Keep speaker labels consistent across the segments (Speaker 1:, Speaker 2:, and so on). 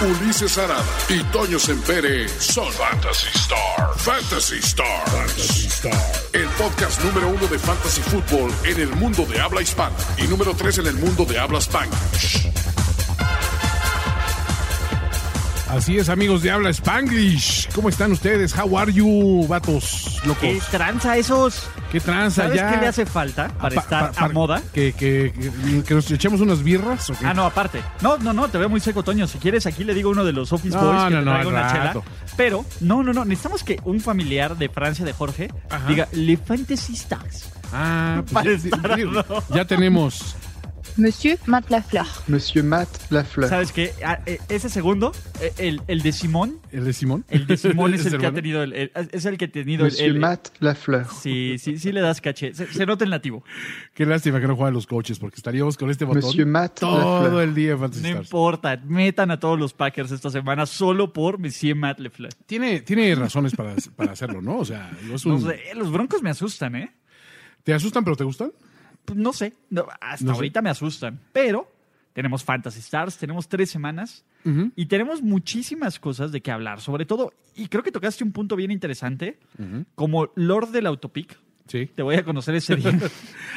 Speaker 1: Ulises Arada y Toño Sempere son Fantasy Star. Fantasy Star. Fantasy Star. El podcast número uno de Fantasy Football en el mundo de habla hispana y número tres en el mundo de habla spanglish.
Speaker 2: Así es, amigos de Habla Spanglish. ¿Cómo están ustedes? How are you, vatos
Speaker 3: ¿Qué
Speaker 2: locos?
Speaker 3: tranza esos?
Speaker 2: ¿Qué tranza
Speaker 3: ¿Sabes
Speaker 2: ya? Ah,
Speaker 3: qué le hace falta Ah, para
Speaker 2: Pa-
Speaker 3: estar
Speaker 2: pa- para-
Speaker 3: a moda?
Speaker 2: Que, que, que- que nos echemos unas birras. ¿o qué?
Speaker 3: Ah, no, aparte. No, no, no, te veo muy seco, Toño. Si quieres, aquí le digo a uno de los Office
Speaker 2: No,
Speaker 3: Boys que
Speaker 2: no,
Speaker 3: te
Speaker 2: no,
Speaker 3: traiga
Speaker 2: al
Speaker 3: una
Speaker 2: rato.
Speaker 3: chela. Pero, no, no, no. Necesitamos que un familiar de Francia, de Jorge,
Speaker 2: Ajá.
Speaker 3: diga Le Fantasy Stars.
Speaker 2: Ah, pues ya,
Speaker 3: Para estar a
Speaker 2: digo,
Speaker 3: moda.
Speaker 2: ya tenemos.
Speaker 4: Monsieur Matt Lafleur.
Speaker 5: Monsieur Matt Lafleur.
Speaker 3: ¿Sabes qué? Ah, eh, ese segundo, eh, el, el de Simón,
Speaker 2: ¿El de Simón?
Speaker 3: el de Simón es, el, que ha
Speaker 2: bueno?
Speaker 3: tenido el, el- es el que ha tenido el,
Speaker 5: Monsieur
Speaker 3: el-
Speaker 5: Matt Lafleur.
Speaker 3: Sí, sí, sí le das caché. Se, se nota el nativo.
Speaker 2: Qué lástima que no juegan los coaches porque estaríamos con este botón
Speaker 5: Monsieur Matt
Speaker 2: todo
Speaker 5: Lafleur.
Speaker 2: el día en Fantasy
Speaker 3: No
Speaker 2: Stars.
Speaker 3: importa, metan a todos los Packers esta semana solo por Monsieur Matt Lefleur.
Speaker 2: Tiene, tiene razones para, para hacerlo, ¿no? O sea, digo, es
Speaker 3: No
Speaker 2: un-
Speaker 3: sé, los broncos me asustan, ¿eh?
Speaker 2: ¿te asustan pero te gustan?
Speaker 3: Pues No sé, no, hasta
Speaker 2: No sé.
Speaker 3: ahorita me asustan, pero tenemos Fantasy Stars, tenemos tres semanas y tenemos muchísimas cosas de qué hablar, sobre todo, y creo que tocaste un punto bien interesante, como Lord del Autopic.
Speaker 2: Sí.
Speaker 3: Te voy a conocer ese día.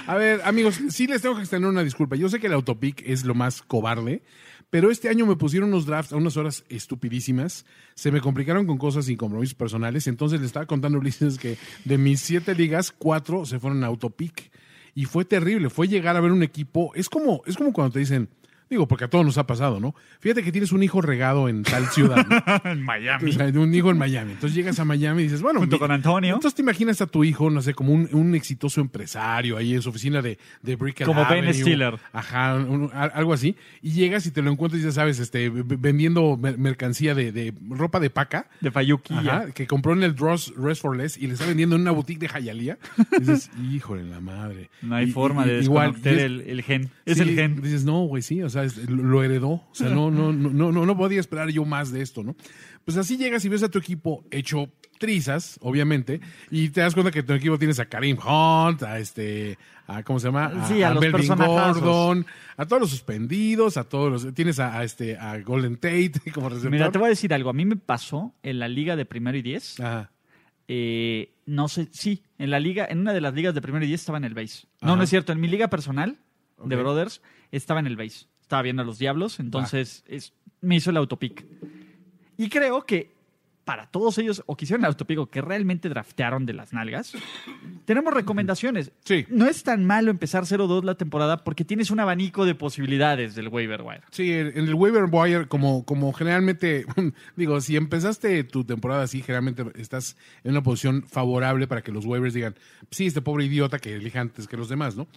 Speaker 2: A ver, amigos, sí les tengo que extender una disculpa. Yo sé que el autopic es lo más cobarde, pero este año me pusieron unos drafts a unas horas estupidísimas. Se me complicaron con cosas sin compromisos personales. Entonces le estaba contando a Ulises que de mis siete ligas, cuatro se fueron a autopic. Y fue terrible. Fue llegar a ver un equipo. Es como, es como cuando te dicen. Digo, porque a todos nos ha pasado, ¿no? Fíjate que tienes un hijo regado en tal ciudad. ¿no?
Speaker 3: en Miami.
Speaker 2: O sea, de un hijo en Miami. Entonces llegas a Miami y dices, bueno.
Speaker 3: Junto
Speaker 2: mi-
Speaker 3: con Antonio.
Speaker 2: Entonces te imaginas a tu hijo, no sé, como un, un exitoso empresario ahí en su oficina de, de Brick and
Speaker 3: Como Ben
Speaker 2: Avenue.
Speaker 3: Stiller.
Speaker 2: Ajá, un- a- algo así. Y llegas y te lo encuentras, ya sabes, este, v- vendiendo mer- mercancía de, de ropa de paca.
Speaker 3: De Fayuquilla.
Speaker 2: Ajá, que compró en el Dross Rest for Less y le está vendiendo en una boutique de Hialeah. Y dices, híjole, la madre.
Speaker 3: No hay
Speaker 2: Y-
Speaker 3: forma
Speaker 2: y-
Speaker 3: de
Speaker 2: igual,
Speaker 3: desconectar
Speaker 2: y es-
Speaker 3: el, el gen. Es
Speaker 2: Sí,
Speaker 3: el gen.
Speaker 2: Dices, no, güey, sí, o sea, es- lo lo heredó. O sea, no, no, no, no, no, no podía esperar yo más de esto, ¿no? Pues así llegas y ves a tu equipo hecho trizas, obviamente, y te das cuenta que tu equipo tienes a Karim Hunt, a este, a, ¿cómo se llama?
Speaker 3: Sí, a los
Speaker 2: Melvin
Speaker 3: personajazos.
Speaker 2: Gordon, a todos los suspendidos, a todos los, tienes a, a este, a Golden Tate como receptor.
Speaker 3: Mira, te voy a decir algo. A mí me pasó en la liga de primero y diez.
Speaker 2: Ajá.
Speaker 3: eh, no sé, sí, en la liga, en una de las ligas de primero y diez estaba en el base. No,
Speaker 2: Ajá.
Speaker 3: no es cierto, en mi liga personal de
Speaker 2: Ok.
Speaker 3: Brothers estaba en el base. Estaba viendo a los diablos, entonces es- me hizo el autopic. Y creo que para todos ellos, o que hicieron el autopic o que realmente draftearon de las nalgas, tenemos recomendaciones.
Speaker 2: Sí.
Speaker 3: No es tan malo empezar 0-2 la temporada porque tienes un abanico de posibilidades del waiver wire.
Speaker 2: Sí, en en el waiver wire, como, como generalmente, digo, si empezaste tu temporada así, generalmente estás en una posición favorable para que los waivers digan, sí, este pobre idiota que elija antes que los demás, ¿no?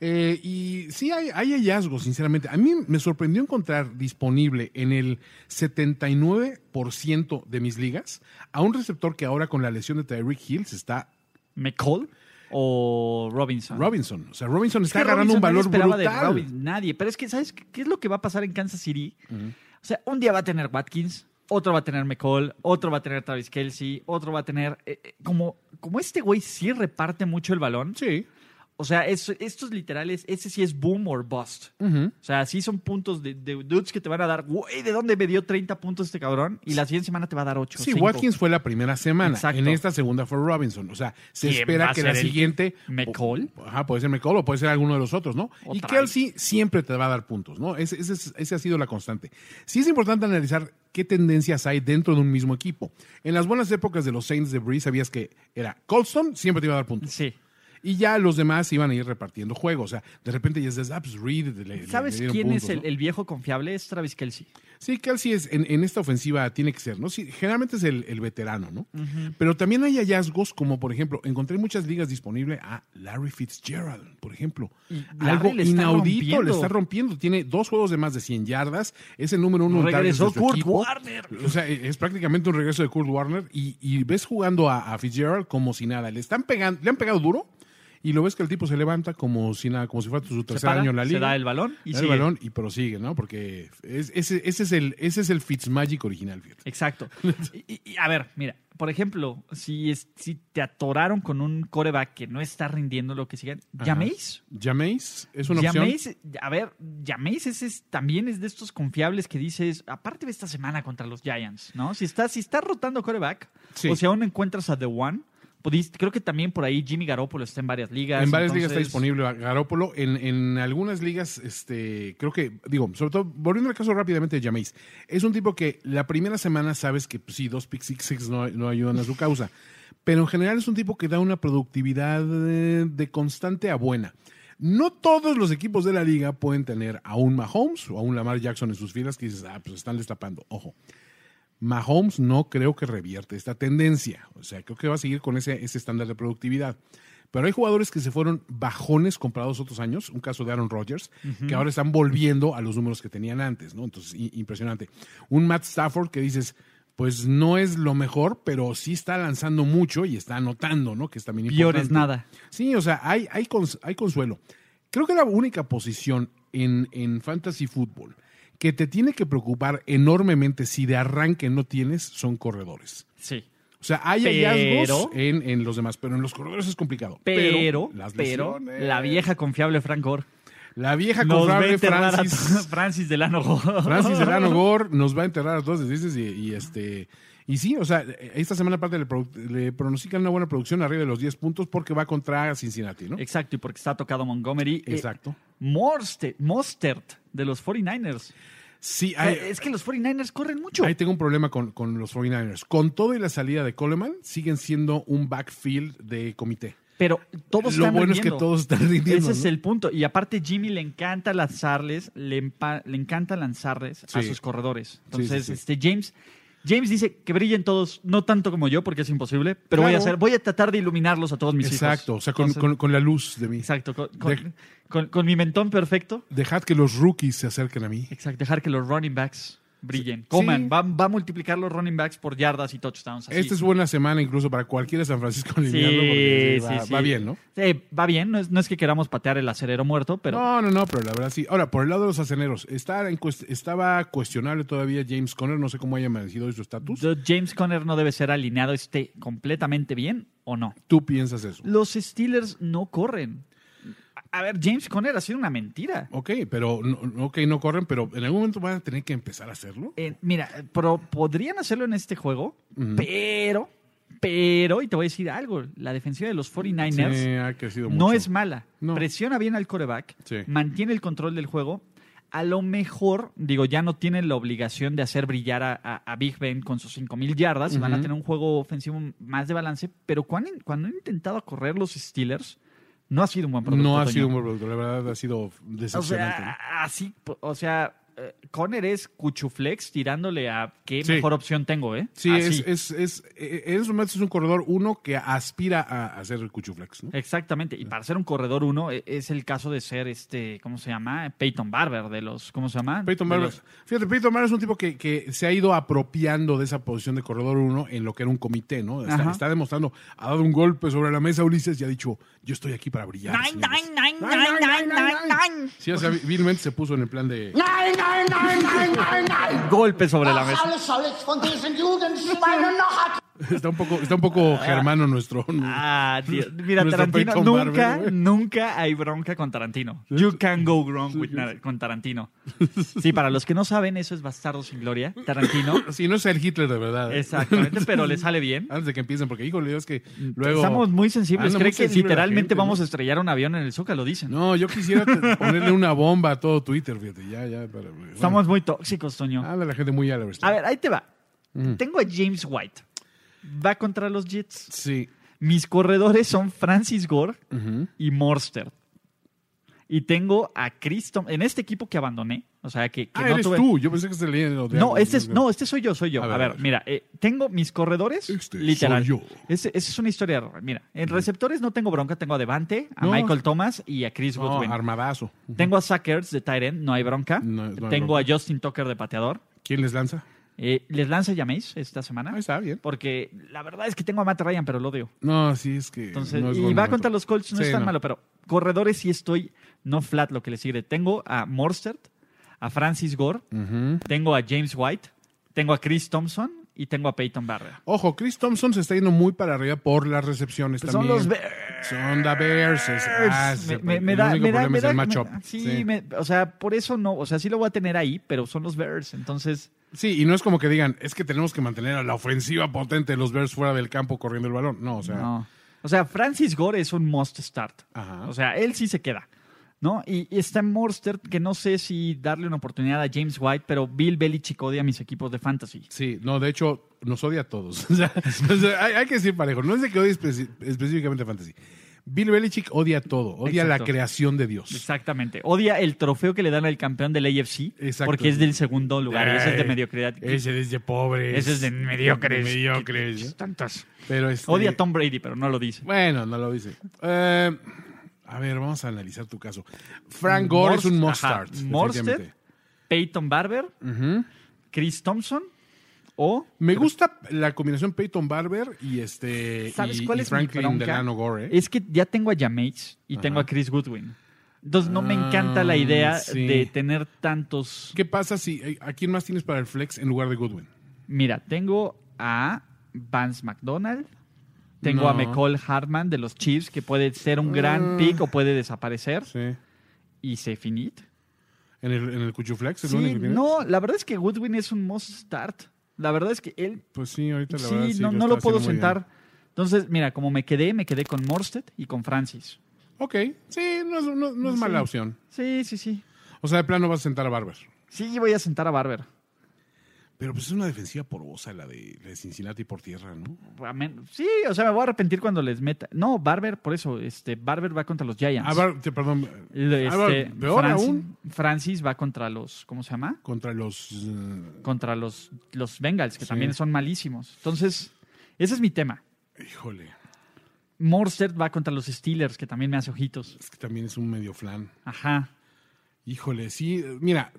Speaker 2: Eh, y sí hay, hay hallazgos, sinceramente. A mí me sorprendió encontrar disponible en el 79% de mis ligas a un receptor que ahora con la lesión de Tyreek Hills está
Speaker 3: ¿McCall o Robinson?
Speaker 2: Robinson. O sea, Robinson
Speaker 3: Ah. Es que
Speaker 2: está agarrando
Speaker 3: Robinson nadie
Speaker 2: un
Speaker 3: esperaba
Speaker 2: valor
Speaker 3: de
Speaker 2: brutal.
Speaker 3: Robin- nadie. Pero es que, ¿sabes qué qué es lo que va a pasar en Kansas City? O sea, un día va a tener Watkins, otro va a tener McCall, otro va a tener Travis Kelsey, otro va a tener. eh, eh, como, como este güey sí reparte mucho el balón.
Speaker 2: Sí.
Speaker 3: O sea, es- estos literales, ese sí es boom or bust.
Speaker 2: Ujú.
Speaker 3: O sea, sí son puntos de, de dudes que te van a dar, güey, ¿de dónde me dio 30 puntos este cabrón? Y la siguiente semana te va a dar 8.
Speaker 2: Sí, Watkins fue la primera semana.
Speaker 3: Exacto.
Speaker 2: En esta segunda fue Robinson. O sea, se
Speaker 3: ¿Quién va
Speaker 2: espera
Speaker 3: a
Speaker 2: que
Speaker 3: ser
Speaker 2: la
Speaker 3: el-
Speaker 2: siguiente.
Speaker 3: ¿McCall?
Speaker 2: o- Ajá, puede ser McCall o puede ser alguno de los otros, ¿no?
Speaker 3: O
Speaker 2: y
Speaker 3: Travis.
Speaker 2: Kelsey siempre te va a dar puntos, ¿no? Ese, ese es- ese ha sido la constante. Sí es importante analizar qué tendencias hay dentro de un mismo equipo. En las buenas épocas de los Saints de Breeze sabías que era Colston siempre te iba a dar puntos.
Speaker 3: Sí.
Speaker 2: Y ya los demás iban a ir repartiendo juegos. O sea, de repente ya dices, ah, pues Reed le- le,
Speaker 3: ¿Sabes
Speaker 2: le dieron
Speaker 3: quién es
Speaker 2: puntos,
Speaker 3: el,
Speaker 2: ¿no?
Speaker 3: el viejo confiable? Es Travis Kelsey.
Speaker 2: Sí, Kelsey es, en, en esta ofensiva tiene que ser, ¿no? Sí, generalmente es el, el veterano, ¿no? Pero también hay hallazgos como, por ejemplo, encontré en muchas ligas disponible a Larry Fitzgerald, por ejemplo.
Speaker 3: Y Larry
Speaker 2: Algo
Speaker 3: le está
Speaker 2: inaudito,
Speaker 3: rompiendo.
Speaker 2: le está rompiendo. Tiene dos juegos de más de 100 yardas, es el número uno en targets de
Speaker 3: Regresó
Speaker 2: su
Speaker 3: Kurt
Speaker 2: equipo.
Speaker 3: Warner.
Speaker 2: O sea, e, es prácticamente un regreso de Kurt Warner y, y ves jugando a, a Fitzgerald como si nada. Le están pegando, le han pegado duro. Y y lo ves que el tipo se levanta como si nada, como si fuera su tercer
Speaker 3: para,
Speaker 2: año en la
Speaker 3: se
Speaker 2: liga.
Speaker 3: da el balón y
Speaker 2: da el
Speaker 3: sigue.
Speaker 2: balón y prosigue, ¿no? Porque es- ese, ese es el, ese es el Fitzmagic original, fíjate.
Speaker 3: Exacto. Y- y- y, a ver, mira, por ejemplo, si, es- si te atoraron con un coreback que no está rindiendo lo que sigan,
Speaker 2: Ajá.
Speaker 3: ¿llaméis?
Speaker 2: Jameis es una opción.
Speaker 3: Jameis, a ver, Jameis es, es- también es de estos confiables que dices, aparte de esta semana contra los Giants, ¿no? Si estás si está rotando coreback,
Speaker 2: Sí.
Speaker 3: o si aún encuentras a The One, podís- creo que también por ahí Jimmy Garoppolo está en varias ligas.
Speaker 2: En varias ligas está
Speaker 3: entonces-
Speaker 2: disponible Garópolo. En, en algunas ligas, este, creo que, digo, sobre todo, volviendo al caso rápidamente de Jameis, es un tipo que la primera semana sabes que pues, sí, dos pick six, six no, no ayudan a su causa. Pero en general es un tipo que da una productividad eh, de constante a buena. No todos los equipos de la liga pueden tener a un Mahomes o a un Lamar Jackson en sus filas que dices, ah, pues están destapando. Ojo. Mahomes no creo que revierte esta tendencia. O sea, creo que va a seguir con ese, ese estándar de productividad. Pero hay jugadores que se fueron bajones comprados otros años, un caso de Aaron Rodgers, que ahora están volviendo a los números que tenían antes, ¿no? Entonces, i- impresionante. Un Matt Stafford que dices, pues no es lo mejor, pero sí está lanzando mucho y está anotando, ¿no? Que es también
Speaker 3: Peor
Speaker 2: importante.
Speaker 3: es nada.
Speaker 2: Sí, o sea, hay, hay, cons- hay consuelo. Creo que la única posición en, en fantasy fútbol que te tiene que preocupar enormemente si de arranque no tienes son corredores.
Speaker 3: Sí.
Speaker 2: O sea, hay
Speaker 3: Pero-
Speaker 2: hallazgos en, en los demás, pero en los corredores es complicado.
Speaker 3: Pero,
Speaker 2: las
Speaker 3: pero,
Speaker 2: lesiones-
Speaker 3: la vieja confiable Frank Gore.
Speaker 2: la vieja
Speaker 3: Nos va a
Speaker 2: confiable
Speaker 3: enterrar a
Speaker 2: Francis,
Speaker 3: Francis Delano Gore.
Speaker 2: Francis Delano Gore nos va a enterrar a todos, dices, y, y este... Y sí, o sea, esta semana aparte le, pro- le pronostican una buena producción arriba de los 10 puntos porque va contra Cincinnati, ¿no?
Speaker 3: Exacto, y porque está tocado Montgomery. Eh,
Speaker 2: Exacto.
Speaker 3: Morste- Mostert de los 49ers.
Speaker 2: Sí,
Speaker 3: O sea,
Speaker 2: hay,
Speaker 3: es que los 49ers corren mucho.
Speaker 2: Ahí tengo un problema con, con los 49ers. Con todo y la salida de Coleman, siguen siendo un backfield de comité.
Speaker 3: Pero todos
Speaker 2: Lo
Speaker 3: están
Speaker 2: bueno es
Speaker 3: rindiendo.
Speaker 2: que todos están rindiendo.
Speaker 3: Ese es
Speaker 2: ¿no?
Speaker 3: el punto. Y aparte, Jimmy le encanta lanzarles, le, empa- le encanta lanzarles a
Speaker 2: Sí.
Speaker 3: sus corredores.
Speaker 2: sí,
Speaker 3: Entonces,
Speaker 2: sí.
Speaker 3: este James. James dice que brillen todos, no tanto como yo, porque es imposible, pero voy a
Speaker 2: Claro.
Speaker 3: hacer, voy a tratar de iluminarlos a todos mis hijos.
Speaker 2: Exacto, o sea, con,
Speaker 3: Entonces-
Speaker 2: con- con la luz de mí.
Speaker 3: Exacto, con, con-
Speaker 2: De-
Speaker 3: con- con mi mentón perfecto.
Speaker 2: Dejad que los rookies se acerquen a mí.
Speaker 3: Exacto, dejar que los running backs brillen, coman. Va, va a multiplicar los running backs por yardas y touchdowns. Así.
Speaker 2: Esta es buena semana incluso para cualquiera de San Francisco alinearlo, porque
Speaker 3: sí,
Speaker 2: va,
Speaker 3: sí, sí.
Speaker 2: va bien, ¿no?
Speaker 3: Sí, va bien, no es, no es que queramos patear el acerero muerto, pero
Speaker 2: No, no, no, pero la verdad sí. Ahora, por el lado de los aceneros, está en cuest- estaba cuestionable todavía James Conner, no sé cómo haya amanecido hoy su estatus.
Speaker 3: yo- James Conner no debe ser alineado, esté completamente bien o no.
Speaker 2: ¿Tú piensas eso?
Speaker 3: Los Steelers no corren. A a ver, James Conner ha sido una mentira.
Speaker 2: Ok, pero no, ok, no corren, pero en algún momento van a tener que empezar a hacerlo.
Speaker 3: Eh, mira, pero podrían hacerlo en este juego, pero, pero, y te voy a decir algo, la defensiva de los 49ers
Speaker 2: Sí, ha crecido mucho.
Speaker 3: No es mala.
Speaker 2: No.
Speaker 3: Presiona bien al coreback,
Speaker 2: Sí.
Speaker 3: mantiene el control del juego. A lo mejor, digo, ya no tienen la obligación de hacer brillar a, a- a Big Ben con sus 5.000 yardas. Van a
Speaker 2: Ujú.
Speaker 3: tener un juego ofensivo más de balance. Pero cuando, han- cuando han intentado correr los Steelers, no ha sido un buen producto.
Speaker 2: No ha
Speaker 3: Toño.
Speaker 2: sido un buen producto, la verdad ha sido
Speaker 3: O
Speaker 2: decepcionante.
Speaker 3: sea, así, po- o sea, eh, Conner es cuchuflex tirándole a qué
Speaker 2: Sí.
Speaker 3: mejor opción tengo, ¿eh?
Speaker 2: Sí,
Speaker 3: Así.
Speaker 2: es, es, es, eh, en esos momentos es un corredor uno que aspira a hacer el cuchuflex,
Speaker 3: Eh,
Speaker 2: ¿no?
Speaker 3: Exactamente, y para ser un corredor uno e- es el caso de ser este, ¿cómo se llama? Peyton Barber de los, ¿cómo se llama?
Speaker 2: Peyton
Speaker 3: De
Speaker 2: Barber,
Speaker 3: los-
Speaker 2: fíjate, Peyton Barber es un tipo que, que se ha ido apropiando de esa posición de corredor uno en lo que era un comité, ¿no? Está,
Speaker 3: Ajá.
Speaker 2: está demostrando, ha dado un golpe sobre la mesa Ulises y ha dicho, yo estoy aquí para brillar.
Speaker 4: Nein,
Speaker 2: señores".
Speaker 4: nein, nein, nein, nein, nein, nein.
Speaker 2: Sí, o sea, vilmente se puso en el plan de...
Speaker 6: Nein, nein, nein, nein, nein, nein!
Speaker 3: Golpe sobre la
Speaker 6: Was
Speaker 3: mesa.
Speaker 6: alles soll ich von diesen Jugendschweinen noch hat?
Speaker 2: Está un poco, está un poco germano nuestro...
Speaker 3: Ah, Dios. Mira,
Speaker 2: Nuestro
Speaker 3: Tarantino,
Speaker 2: Peyton
Speaker 3: nunca,
Speaker 2: Barber, güey.
Speaker 3: nunca hay bronca con Tarantino. You can go wrong with na- con Tarantino. Sí, para los que no saben, eso es Bastardo sin Gloria, Tarantino.
Speaker 2: Sí, no es el Hitler de verdad. ¿eh?
Speaker 3: Exactamente, pero le sale bien.
Speaker 2: Antes de que empiecen, porque híjole, es que luego...
Speaker 3: Mm, Estamos muy sensibles.
Speaker 2: Anda
Speaker 3: Cree
Speaker 2: muy
Speaker 3: que
Speaker 2: sensible la
Speaker 3: literalmente
Speaker 2: gente, ¿no?
Speaker 3: vamos a estrellar un avión en el Zócalo, dicen.
Speaker 2: No, yo quisiera te- ponerle una bomba a todo Twitter, fíjate, ya, ya. Para, bueno.
Speaker 3: Estamos muy tóxicos, Toño.
Speaker 2: Anda la gente muy árabe. está.
Speaker 3: A ver, ahí te va. Tengo a James White. Va contra los Jets.
Speaker 2: Sí.
Speaker 3: Mis corredores son Francis Gore y Morster. Y tengo a Cristo en este equipo que abandoné. O sea, que, que
Speaker 2: Ah,
Speaker 3: no
Speaker 2: eres
Speaker 3: tuve-
Speaker 2: tú. Yo pensé que se leían los de-
Speaker 3: No, este es, no, este soy yo, soy yo.
Speaker 2: A
Speaker 3: A
Speaker 2: ver,
Speaker 3: ver,
Speaker 2: a ver.
Speaker 3: mira, eh, tengo mis corredores,
Speaker 2: Este
Speaker 3: literal.
Speaker 2: soy yo.
Speaker 3: Ese- esa es una historia rara. Mira, en receptores no tengo bronca, tengo a Devante, a
Speaker 2: No.
Speaker 3: Michael Thomas y a Chris
Speaker 2: No,
Speaker 3: Godwin.
Speaker 2: armadazo.
Speaker 3: tengo a Sackers de tight end, no hay bronca.
Speaker 2: No, no hay
Speaker 3: tengo a Justin Tucker de pateador.
Speaker 2: ¿Quién les lanza?
Speaker 3: Eh, les lanza Jameis esta semana.
Speaker 2: Ah, está bien.
Speaker 3: Porque la verdad es que tengo a Matt Ryan, pero lo odio.
Speaker 2: No, sí, es que.
Speaker 3: Entonces,
Speaker 2: no es
Speaker 3: y
Speaker 2: buen
Speaker 3: va
Speaker 2: momento.
Speaker 3: contra los Colts, no
Speaker 2: Sí,
Speaker 3: es tan
Speaker 2: no.
Speaker 3: malo, pero corredores sí estoy no flat lo que le sigue. Tengo a Morstert, a Francis Gore, tengo a James White, tengo a Chris Thompson y tengo a Peyton Barber.
Speaker 2: Ojo, Chris Thompson se está yendo muy para arriba por las recepciones
Speaker 3: Pues son
Speaker 2: también.
Speaker 3: los Bears.
Speaker 2: Son the Bears. es- ah,
Speaker 3: Me-
Speaker 2: se-
Speaker 3: me- me
Speaker 2: el
Speaker 3: da-
Speaker 2: único
Speaker 3: me da-
Speaker 2: problema
Speaker 3: me
Speaker 2: es
Speaker 3: da-
Speaker 2: el
Speaker 3: me-
Speaker 2: matchup.
Speaker 3: sí, me- o sea, por eso no, o sea, sí lo voy a tener ahí, pero son los Bears, entonces
Speaker 2: Sí, y no es como que digan, es que tenemos que mantener a la ofensiva potente de los Bears fuera del campo corriendo el balón. No, o sea,
Speaker 3: no. O sea, Francis Gore es un must start.
Speaker 2: Ajá.
Speaker 3: O sea, él sí se queda. ¿No? Y, y está Morster, que no sé si darle una oportunidad a James White, pero Bill Belichick odia a mis equipos de fantasy.
Speaker 2: sí, no, de hecho, nos odia a todos. O sea, o sea, hay, hay que decir parejo, no es de que odie especi- específicamente fantasy. Bill Belichick odia todo, odia
Speaker 3: Exacto.
Speaker 2: la creación de Dios.
Speaker 3: Exactamente. Odia el trofeo que le dan al campeón del AFC
Speaker 2: Exacto.
Speaker 3: porque es del segundo lugar. y ese es de
Speaker 2: Ay,
Speaker 3: mediocridad.
Speaker 2: Ese es de pobres.
Speaker 3: Ese es de mediocres.
Speaker 2: Mediocres.
Speaker 3: Tantas.
Speaker 2: Pero este-
Speaker 3: Odia a Tom Brady, pero no lo dice.
Speaker 2: Bueno, no lo dice. Eh, a ver, vamos a analizar tu caso. Frank Gore es un
Speaker 3: Morst- ajá,
Speaker 2: mustard.
Speaker 3: Morstead, Peyton Barber,
Speaker 2: Mm.
Speaker 3: Chris Thompson o
Speaker 2: Me gusta la combinación Peyton Barber y este
Speaker 3: ¿Sabes
Speaker 2: y,
Speaker 3: cuál
Speaker 2: y
Speaker 3: es mi
Speaker 2: Franklin
Speaker 3: bronca?
Speaker 2: Delano Gore. ¿eh?
Speaker 3: Es que ya tengo a Jameis y tengo a Chris Goodwin. Entonces no me
Speaker 2: Ah,
Speaker 3: encanta la idea
Speaker 2: sí.
Speaker 3: de tener tantos.
Speaker 2: ¿Qué pasa si eh, a quién más tienes para el flex en lugar de Goodwin?
Speaker 3: Mira, tengo a Vance McDonald, tengo a
Speaker 2: No. Ah.
Speaker 3: McCall Hartman de los Chiefs, que puede ser un gran pick o puede desaparecer.
Speaker 2: Sí. En
Speaker 3: Y se finit.
Speaker 2: el, en el Cuchuflex es lo
Speaker 3: Sí,
Speaker 2: único que tienes.
Speaker 3: no, la verdad es que Goodwin es un must start. La verdad es que él
Speaker 2: Pues sí, ahorita la
Speaker 3: sí,
Speaker 2: verdad
Speaker 3: no,
Speaker 2: lo
Speaker 3: no lo
Speaker 2: está
Speaker 3: puedo
Speaker 2: haciendo muy bien.
Speaker 3: sentar. Entonces, mira, como me quedé, me quedé con Morsted y con Francis.
Speaker 2: Ok, sí, no es, no- no es mala opción.
Speaker 3: Sí, sí, sí.
Speaker 2: O sea, de plano vas a sentar a Barber.
Speaker 3: Sí, voy a sentar a Barber.
Speaker 2: Pero pues es una defensiva porosa la de, la de Cincinnati por tierra, ¿no?
Speaker 3: Amén. Sí, o sea, me voy a arrepentir cuando les meta. No, Barber, por eso, este, Barber va contra los Giants.
Speaker 2: A Bar- te- perdón.
Speaker 3: Le-
Speaker 2: a Bar-
Speaker 3: este,
Speaker 2: peor
Speaker 3: Francis,
Speaker 2: aún
Speaker 3: Francis va contra los, ¿cómo se llama?
Speaker 2: contra los eh,
Speaker 3: Contra los, los Bengals, que también son malísimos. Entonces, ese es mi tema.
Speaker 2: Híjole,
Speaker 3: Morsted va contra los Steelers, que también me hace ojitos.
Speaker 2: es que también es un medio flan.
Speaker 3: Ajá.
Speaker 2: Híjole, sí, eh, mira,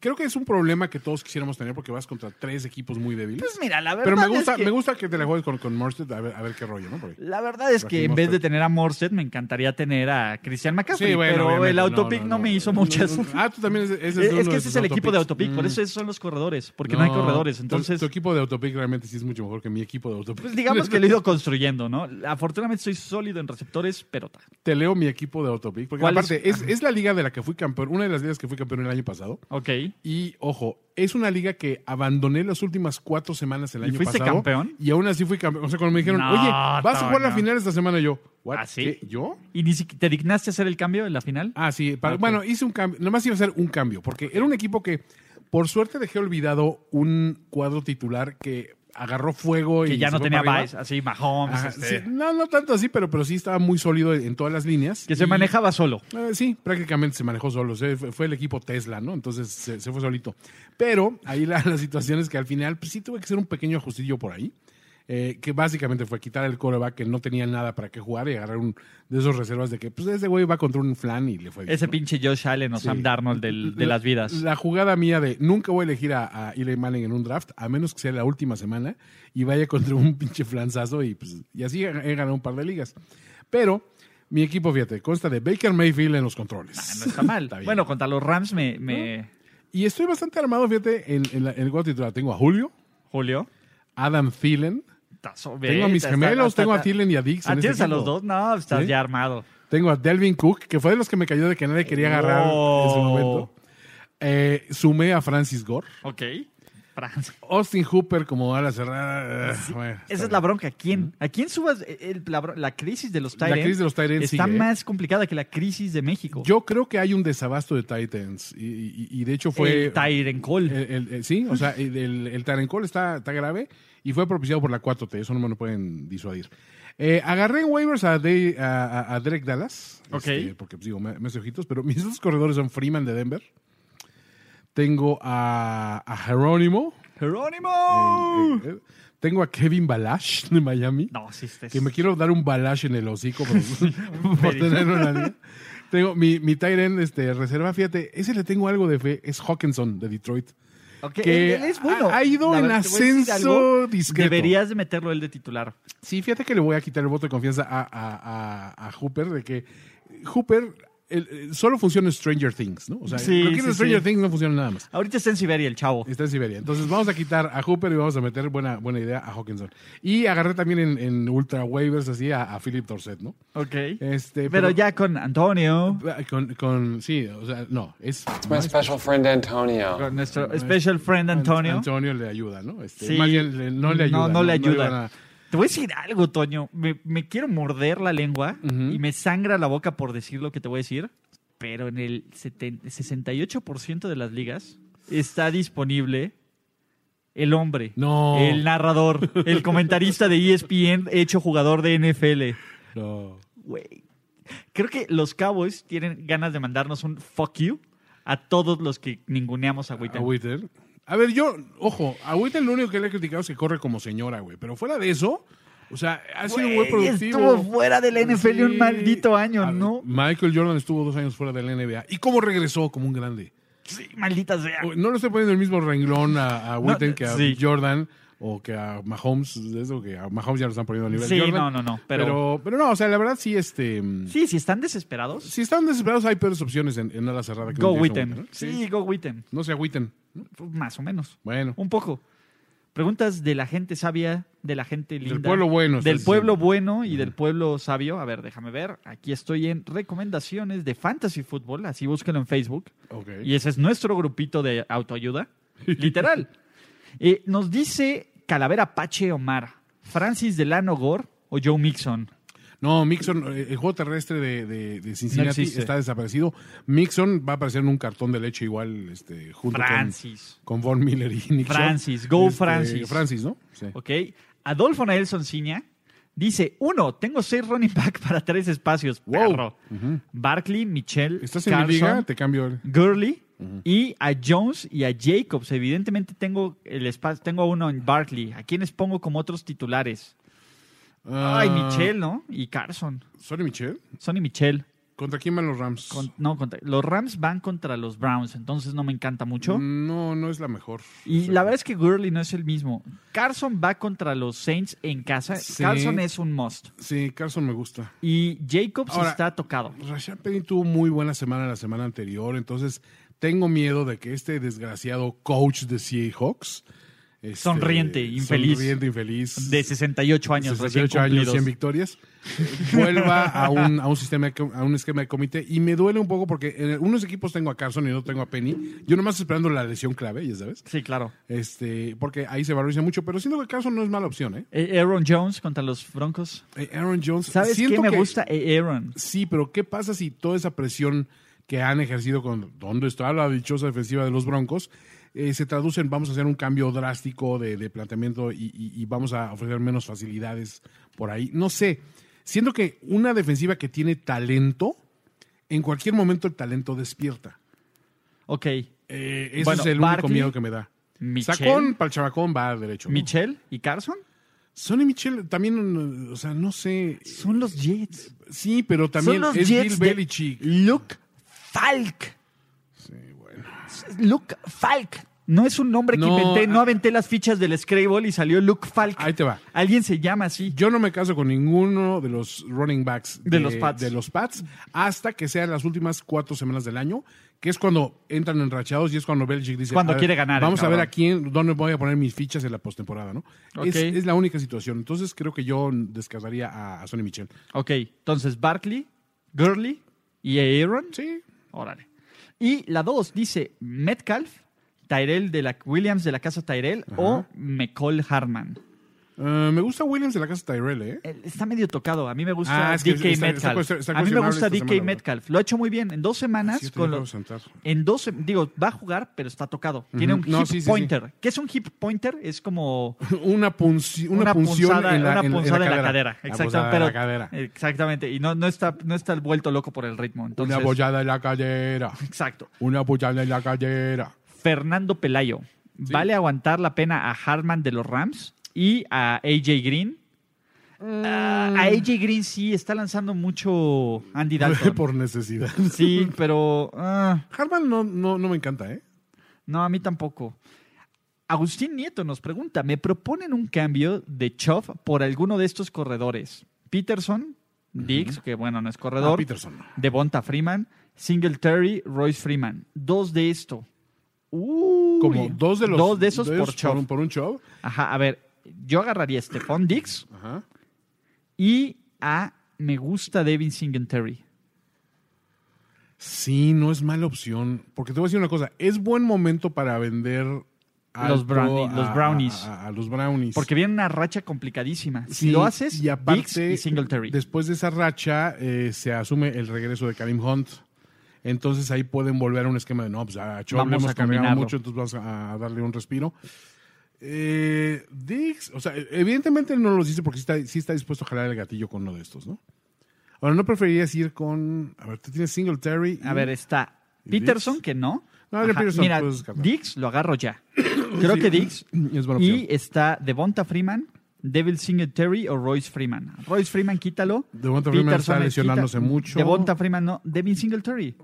Speaker 2: creo que es un problema que todos quisiéramos tener porque vas contra tres equipos muy débiles.
Speaker 3: Pues mira, la verdad
Speaker 2: Pero me
Speaker 3: es
Speaker 2: gusta,
Speaker 3: que-
Speaker 2: me gusta que te la juegues con, con Morstead, a ver, a ver qué rollo, ¿no? Porque-
Speaker 3: La verdad es que
Speaker 2: Raheem
Speaker 3: en vez de
Speaker 2: Mostert.
Speaker 3: tener a Morset, me encantaría tener a Cristian McCaffrey, pero
Speaker 2: obviamente,
Speaker 3: el autopic no, me hizo muchas.
Speaker 2: no, no. Ah, tú también. ese-
Speaker 3: Es,
Speaker 2: ese es, uno
Speaker 3: es que
Speaker 2: de
Speaker 3: ese
Speaker 2: tus
Speaker 3: es el equipo de
Speaker 2: autopicks.
Speaker 3: autopic, por eso esos son los corredores, porque no, hay corredores.
Speaker 2: tu-
Speaker 3: Entonces,
Speaker 2: Tu, equipo de autopic realmente sí es mucho mejor que mi equipo de autopic.
Speaker 3: pues digamos que lo he ido construyendo, ¿no? Afortunadamente soy sólido en receptores, pero ta-
Speaker 2: Te leo mi equipo de autopic. Porque
Speaker 3: ¿Cuál es?
Speaker 2: aparte, es, es la liga de la que fui campeón, una de las ligas que fui campeón el año pasado.
Speaker 3: ok.
Speaker 2: Y ojo, es una liga que abandoné las últimas cuatro semanas el
Speaker 3: ¿Y
Speaker 2: año
Speaker 3: fuiste
Speaker 2: pasado.
Speaker 3: campeón?
Speaker 2: Y aún así fui campeón. O sea, cuando me dijeron,
Speaker 3: No,
Speaker 2: oye, vas a jugar la
Speaker 3: Toño.
Speaker 2: final esta semana, yo, ¿what?
Speaker 3: ¿Ah, sí?
Speaker 2: ¿Qué? ¿Yo?
Speaker 3: ¿Y ni siquiera te dignaste a hacer el cambio en la final?
Speaker 2: Ah, sí. para-
Speaker 3: Ok.
Speaker 2: Bueno, hice un cambio. Nomás iba a hacer un cambio, porque era un equipo que, por suerte, dejé olvidado un cuadro titular que agarró fuego
Speaker 3: que
Speaker 2: y
Speaker 3: ya
Speaker 2: se
Speaker 3: no
Speaker 2: fue
Speaker 3: tenía
Speaker 2: para arriba.
Speaker 3: Vice, así Mahomes,
Speaker 2: Ajá,
Speaker 3: este,
Speaker 2: sí, no, no tanto así, pero, pero sí estaba muy sólido en todas las líneas.
Speaker 3: que se
Speaker 2: Y-
Speaker 3: manejaba solo.
Speaker 2: eh, sí, prácticamente se manejó solo. se- fue, fue el equipo Tesla, ¿no? Entonces se, se fue solito. Pero ahí la, la situación es que al final pues, sí tuve que hacer un pequeño ajustillo por ahí. eh, que básicamente fue quitar el coreback que no tenía nada para qué jugar y agarrar un de esos reservas de que, pues, ese güey va contra un flan y le fue bien.
Speaker 3: Ese pinche Josh Allen o
Speaker 2: Sí.
Speaker 3: Sam Darnold del- de
Speaker 2: La-
Speaker 3: las vidas.
Speaker 2: La jugada mía de nunca voy a elegir a, a Eli Manning en un draft, a menos que sea la última semana y vaya contra un pinche flanzazo y, pues, y así he he ganado un par de ligas. Pero mi equipo, fíjate, consta de Baker Mayfield en los controles.
Speaker 3: Ah, No está mal.
Speaker 2: bien.
Speaker 3: bueno, contra los Rams me... me...
Speaker 2: Y estoy bastante armado, fíjate, en, en la- en el cuadro titular. Tengo a Julio,
Speaker 3: Julio.
Speaker 2: Adam Thielen, Tengo a mis gemelos, tengo a Thielen y a Dix
Speaker 3: ¿Ah,
Speaker 2: en
Speaker 3: tienes
Speaker 2: este
Speaker 3: a los
Speaker 2: equipo.
Speaker 3: dos? No, estás
Speaker 2: ¿Sí?
Speaker 3: ya armado.
Speaker 2: tengo a Delvin Cook, que fue de los que me cayó de que nadie quería agarrar en su
Speaker 3: Oh.
Speaker 2: momento. Eh, sumé a Francis Gore.
Speaker 3: Ok. Francia.
Speaker 2: Austin Hooper como ala cerrada. Bueno,
Speaker 3: Esa
Speaker 2: está
Speaker 3: es la bronca. ¿Quién? ¿A quién subas? Eh, El- la, bro- la crisis de los
Speaker 2: La
Speaker 3: Tyrants
Speaker 2: crisis de los tight ends
Speaker 3: está
Speaker 2: sigue, ¿eh?
Speaker 3: más complicada que la crisis de México.
Speaker 2: Yo creo que hay un desabasto de Titans y, y- y de hecho fue... eh,
Speaker 3: El Tyrant Cole.
Speaker 2: el- el- el- sí, o sea, el, el, el Tyrant Cole está, está grave y fue propiciado por la 4T, eso no me lo pueden disuadir. Eh, agarré en waivers a, Dre- a, a- a Derek Dallas,
Speaker 3: Ok.
Speaker 2: porque pues, digo, me, me hace ojitos, pero mis dos corredores son Freeman de Denver, tengo a, a Jerónimo,
Speaker 3: ¡Jerónimo!
Speaker 2: eh, tengo a Kevin Balash de Miami.
Speaker 3: No, sí, este es-
Speaker 2: Que me quiero dar un balash en el hocico por, por tener una línea. Tengo mi, mi tight end, este, reserva, fíjate, ese le tengo algo de fe, es Hawkinson de Detroit.
Speaker 3: Ok,
Speaker 2: que
Speaker 3: él, él es bueno.
Speaker 2: ha- ha ido
Speaker 3: La
Speaker 2: en
Speaker 3: verdad, te voy a decir
Speaker 2: ascenso
Speaker 3: algo,
Speaker 2: discreto.
Speaker 3: Deberías de meterlo él de titular.
Speaker 2: Sí, fíjate que le voy a quitar el voto de confianza a, a- a- a Hooper, de que Hooper el- el- solo funciona en Stranger Things, ¿no? O sea,
Speaker 3: Sí,
Speaker 2: lo que es
Speaker 3: sí,
Speaker 2: en Stranger
Speaker 3: sí.
Speaker 2: Things no funciona nada más.
Speaker 3: Ahorita está en Siberia el chavo.
Speaker 2: Está en Siberia. Entonces vamos a quitar a Hooper y vamos a meter buena, buena idea a Hawkinson. Y agarré también en, en Ultra Waivers así a, a Philip Dorset, ¿no?
Speaker 3: Ok.
Speaker 2: Este, ah,
Speaker 3: pero, ya con Antonio,
Speaker 2: Con, con- sí, o sea, no, es...
Speaker 7: My special friend Antonio.
Speaker 3: con nuestro special friend Antonio.
Speaker 2: Antonio le ayuda, ¿no? Este,
Speaker 3: Sí.
Speaker 2: más bien, le- no le ayuda.
Speaker 3: No, no le ayuda.
Speaker 2: van a-
Speaker 3: Te voy a decir algo, Toño. Me, me quiero morder la lengua y me sangra la boca por decir lo que te voy a decir. Pero en el 70 68% de las ligas está disponible el hombre,
Speaker 2: No.
Speaker 3: el narrador, el comentarista de E ESPN hecho jugador de NFL.
Speaker 2: no.
Speaker 3: Güey. Creo que los Cowboys tienen ganas de mandarnos un fuck you a todos los que ninguneamos a
Speaker 2: A
Speaker 3: Witten.
Speaker 2: Whittle. A ver, yo, ojo, a Whittle lo único que le he criticado es que corre como señora, güey. Pero fuera de eso, o sea, ha sido un güey
Speaker 3: Güey,
Speaker 2: productivo. Pues
Speaker 3: estuvo fuera de la NFL un
Speaker 2: Sí.
Speaker 3: maldito año,
Speaker 2: A ver,
Speaker 3: ¿no?
Speaker 2: Michael Jordan estuvo dos años fuera de la NBA. ¿Y cómo regresó como un grande?
Speaker 3: Sí, maldita sea.
Speaker 2: O- No le estoy poniendo el mismo renglón a, a Whittle que a
Speaker 3: sí.
Speaker 2: Jordan o que a Mahomes. Es lo que a Mahomes ya lo están poniendo a nivel
Speaker 3: Sí,
Speaker 2: Jordan.
Speaker 3: no, no, no, pero-
Speaker 2: pero... pero no, o sea, la verdad sí, este...
Speaker 3: Sí, si están desesperados,
Speaker 2: Si están desesperados, hay peores opciones en, en ala cerrada. Que
Speaker 3: go
Speaker 2: no Jason Witten,
Speaker 3: Witten.
Speaker 2: ¿no?
Speaker 3: Sí, go Witten.
Speaker 2: No sea Witten.
Speaker 3: Más o menos.
Speaker 2: Bueno.
Speaker 3: Un poco. Preguntas de la gente sabia, de la gente linda.
Speaker 2: pueblo bueno, estás
Speaker 3: Del pueblo
Speaker 2: diciendo.
Speaker 3: bueno y del pueblo sabio. A ver, déjame ver. Aquí estoy en recomendaciones de Fantasy Football. Así búsquenlo en Facebook.
Speaker 2: Ok.
Speaker 3: Y ese es nuestro grupito de autoayuda. Literal. Eh, nos dice Calavera Pache Omar, Francis Delano Gore o Joe Mixon.
Speaker 2: No, Mixon, eh, el juego terrestre de, de- de Cincinnati
Speaker 3: existe.
Speaker 2: está desaparecido. Mixon va a aparecer en un cartón de leche igual, este, junto con-
Speaker 3: Francis.
Speaker 2: con, Von Miller y Nick Chubb. Este,
Speaker 3: Francis, go Francis.
Speaker 2: Francis, ¿no? Sí.
Speaker 3: ¿Ok? Adolfo Nelson Ciña dice: Uno, tengo seis running back para tres espacios.
Speaker 2: Wow.
Speaker 3: Perro. Barkley, Michel,
Speaker 2: ¿Estás en mi liga?
Speaker 3: Carson,
Speaker 2: Te cambio. el-
Speaker 3: Gurley y a Jones y a Jacobs. Evidentemente tengo el espacio, tengo uno en Barkley. ¿A quiénes pongo como otros titulares? Ay,
Speaker 2: Ah,
Speaker 3: Michel, ¿no? Y Carson.
Speaker 2: ¿Sonny Michel?
Speaker 3: Son y Michel.
Speaker 2: ¿Contra quién van los Rams?
Speaker 3: Con- no, contra- los Rams van contra los Browns, entonces no me encanta mucho.
Speaker 2: Mm. No, no es la mejor.
Speaker 3: Y la verdad es que Gurley no es el mismo. Carson va contra los Saints en casa.
Speaker 2: Sí.
Speaker 3: Carson es un must.
Speaker 2: Sí, Carson me gusta.
Speaker 3: Y Jacobs
Speaker 2: Ahora-
Speaker 3: está tocado.
Speaker 2: Rashad Penny tuvo muy buena semana la semana anterior, entonces tengo miedo de que este desgraciado coach de Seahawks. este,
Speaker 3: Sonriente, infeliz.
Speaker 2: Sonriente, infeliz.
Speaker 3: De 68 años,
Speaker 2: 68
Speaker 3: recién
Speaker 2: años,
Speaker 3: cumplidos.
Speaker 2: 100 victorias, vuelva a un, a un sistema, de com- a un esquema de comité. Y me duele un poco porque en unos equipos tengo a Carson y no tengo a Penny. Yo nomás esperando la lesión clave, ya sabes.
Speaker 3: Sí, claro.
Speaker 2: Este, porque ahí se valoriza mucho, pero siento que Carson no es mala opción, ¿eh?
Speaker 3: Eh, Aaron Jones contra los Broncos.
Speaker 2: Eh, Aaron Jones.
Speaker 3: ¿Sabes qué
Speaker 2: siento
Speaker 3: me
Speaker 2: que-
Speaker 3: gusta? Eh, Aaron.
Speaker 2: Sí, pero ¿qué pasa si toda esa presión que han ejercido con donde está la dichosa defensiva de los Broncos eh, se traduce en vamos a hacer un cambio drástico de, de planteamiento y, y- y vamos a ofrecer menos facilidades por ahí? No sé. Siento que una defensiva que tiene talento, en cualquier momento el talento despierta.
Speaker 3: Ok.
Speaker 2: Eh, ese
Speaker 3: Bueno,
Speaker 2: es el único
Speaker 3: Barkley,
Speaker 2: miedo que me da.
Speaker 3: Michel.
Speaker 2: Sacón para el chabacón va derecho. ¿no?
Speaker 3: Michel y Carson
Speaker 2: Sonny Michel también, eh, o sea, no sé.
Speaker 3: son los Jets.
Speaker 2: Sí, pero también
Speaker 3: los
Speaker 2: es
Speaker 3: Jets de-
Speaker 2: Bill Belichick.
Speaker 3: Luke Falk. Sí, bueno. Luke Falk. No es un nombre que
Speaker 2: No,
Speaker 3: inventé. No
Speaker 2: ah-
Speaker 3: aventé las fichas del Scrabble y salió Luke Falk.
Speaker 2: Ahí te va.
Speaker 3: Alguien se llama así.
Speaker 2: Yo no me caso con ninguno de los running backs
Speaker 3: De los Pats.
Speaker 2: de los Pats hasta que sean las últimas cuatro semanas del año, que es cuando entran enrachados y es cuando Belichick dice...
Speaker 3: Cuando
Speaker 2: "A ver,
Speaker 3: quiere ganar el
Speaker 2: Vamos a ver
Speaker 3: cabrón".
Speaker 2: a quién, dónde voy a poner mis fichas en la postemporada, ¿no? Es-
Speaker 3: Ok.
Speaker 2: Es, la única situación. Entonces creo que yo descartaría a, a Sonny Michel.
Speaker 3: Ok, entonces Barkley, Gurley y Aaron.
Speaker 2: Sí.
Speaker 3: Órale. Y la 2 dice Metcalf, Tyrell de la Williams de la casa Tyrell o McCall Harman.
Speaker 2: Eh, me gusta Williams de la casa Tyrell, ¿eh?
Speaker 3: Él Está medio tocado. A mí me gusta
Speaker 2: Ah, es que
Speaker 3: DK
Speaker 2: está- está
Speaker 3: Metcalf.
Speaker 2: cuestion- está
Speaker 3: a mí me
Speaker 2: cuestionable
Speaker 3: gusta
Speaker 2: esta
Speaker 3: DK
Speaker 2: semana, ¿verdad?
Speaker 3: Metcalf. Lo ha hecho muy bien. En dos semanas.
Speaker 2: Sí, yo
Speaker 3: con
Speaker 2: tenía
Speaker 3: lo-
Speaker 2: que sentar.
Speaker 3: en dos, sem- digo, va a jugar, pero está tocado. Tiene un
Speaker 2: No,
Speaker 3: hip
Speaker 2: sí, sí, sí.
Speaker 3: pointer. ¿Qué es un hip pointer? Es como
Speaker 2: Una, punci- una,
Speaker 3: una,
Speaker 2: punción
Speaker 3: punzada
Speaker 2: en la,
Speaker 3: una
Speaker 2: en- en
Speaker 3: punzada en la cadera.
Speaker 2: cadera.
Speaker 3: Exactamente.
Speaker 2: punzada en
Speaker 3: pero-
Speaker 2: la cadera.
Speaker 3: Exactamente. Y no, no está, no está el vuelto loco por el ritmo. Entonces,
Speaker 2: Una bollada en la cadera.
Speaker 3: exacto.
Speaker 2: Una bollada en la cadera.
Speaker 3: Fernando Pelayo. ¿Vale aguantar la pena a Hartman de los Rams y a AJ Green? Ah, a AJ Green sí está lanzando mucho Andy Dalton.
Speaker 2: Por necesidad.
Speaker 3: Sí, pero ah,
Speaker 2: Harman no, no, no me encanta, ¿eh?
Speaker 3: no, a mí tampoco. Agustín Nieto nos pregunta, ¿me proponen un cambio de Choff por alguno de estos corredores? Peterson, Diggs, que bueno, no es corredor.
Speaker 2: Ah, Peterson.
Speaker 3: Devonta Freeman, Singletary, Royce Freeman. Dos de esto. Uy.
Speaker 2: Como dos de los.
Speaker 3: Dos de esos por Chop.
Speaker 2: un- Por un show.
Speaker 3: Ajá, a ver, yo agarraría a Stephon Diggs
Speaker 2: Ajá.
Speaker 3: y a me gusta Devin Singletary.
Speaker 2: Sí, no es mala opción. Porque te voy a decir una cosa. Es buen momento para vender alto
Speaker 3: brownie-
Speaker 2: a-
Speaker 3: los brownies.
Speaker 2: A, a- a los brownies.
Speaker 3: Porque viene una racha complicadísima. Si
Speaker 2: Sí,
Speaker 3: lo haces,
Speaker 2: y aparte,
Speaker 3: Diggs y Singletary.
Speaker 2: después de esa racha, eh, se asume el regreso de Karim Hunt. Entonces ahí pueden volver a un esquema de no, pues a Chop
Speaker 3: Vamos
Speaker 2: le hemos
Speaker 3: a
Speaker 2: cargado
Speaker 3: combinarlo.
Speaker 2: mucho, entonces vamos a a darle un respiro. Eh, Diggs, o sea, evidentemente no los dice porque sí está, sí está dispuesto a jalar el gatillo con uno de estos, ¿no? Ahora, ¿no preferirías ir con. A ver, tú tienes Singletary. y-
Speaker 3: A ver, está
Speaker 2: ¿Y
Speaker 3: Peterson,
Speaker 2: Diggs?
Speaker 3: que no.
Speaker 2: No, de Peterson
Speaker 3: Mira,
Speaker 2: puedes descartar.
Speaker 3: Diggs lo agarro ya. Creo
Speaker 2: Sí,
Speaker 3: que Diggs.
Speaker 2: es buena
Speaker 3: y
Speaker 2: opción.
Speaker 3: está Devonta Freeman, Devil Singletary o Royce Freeman. Royce Freeman, quítalo.
Speaker 2: Devonta Freeman está
Speaker 3: le
Speaker 2: lesionándose mucho.
Speaker 3: Devonta Freeman no, Devin Singletary.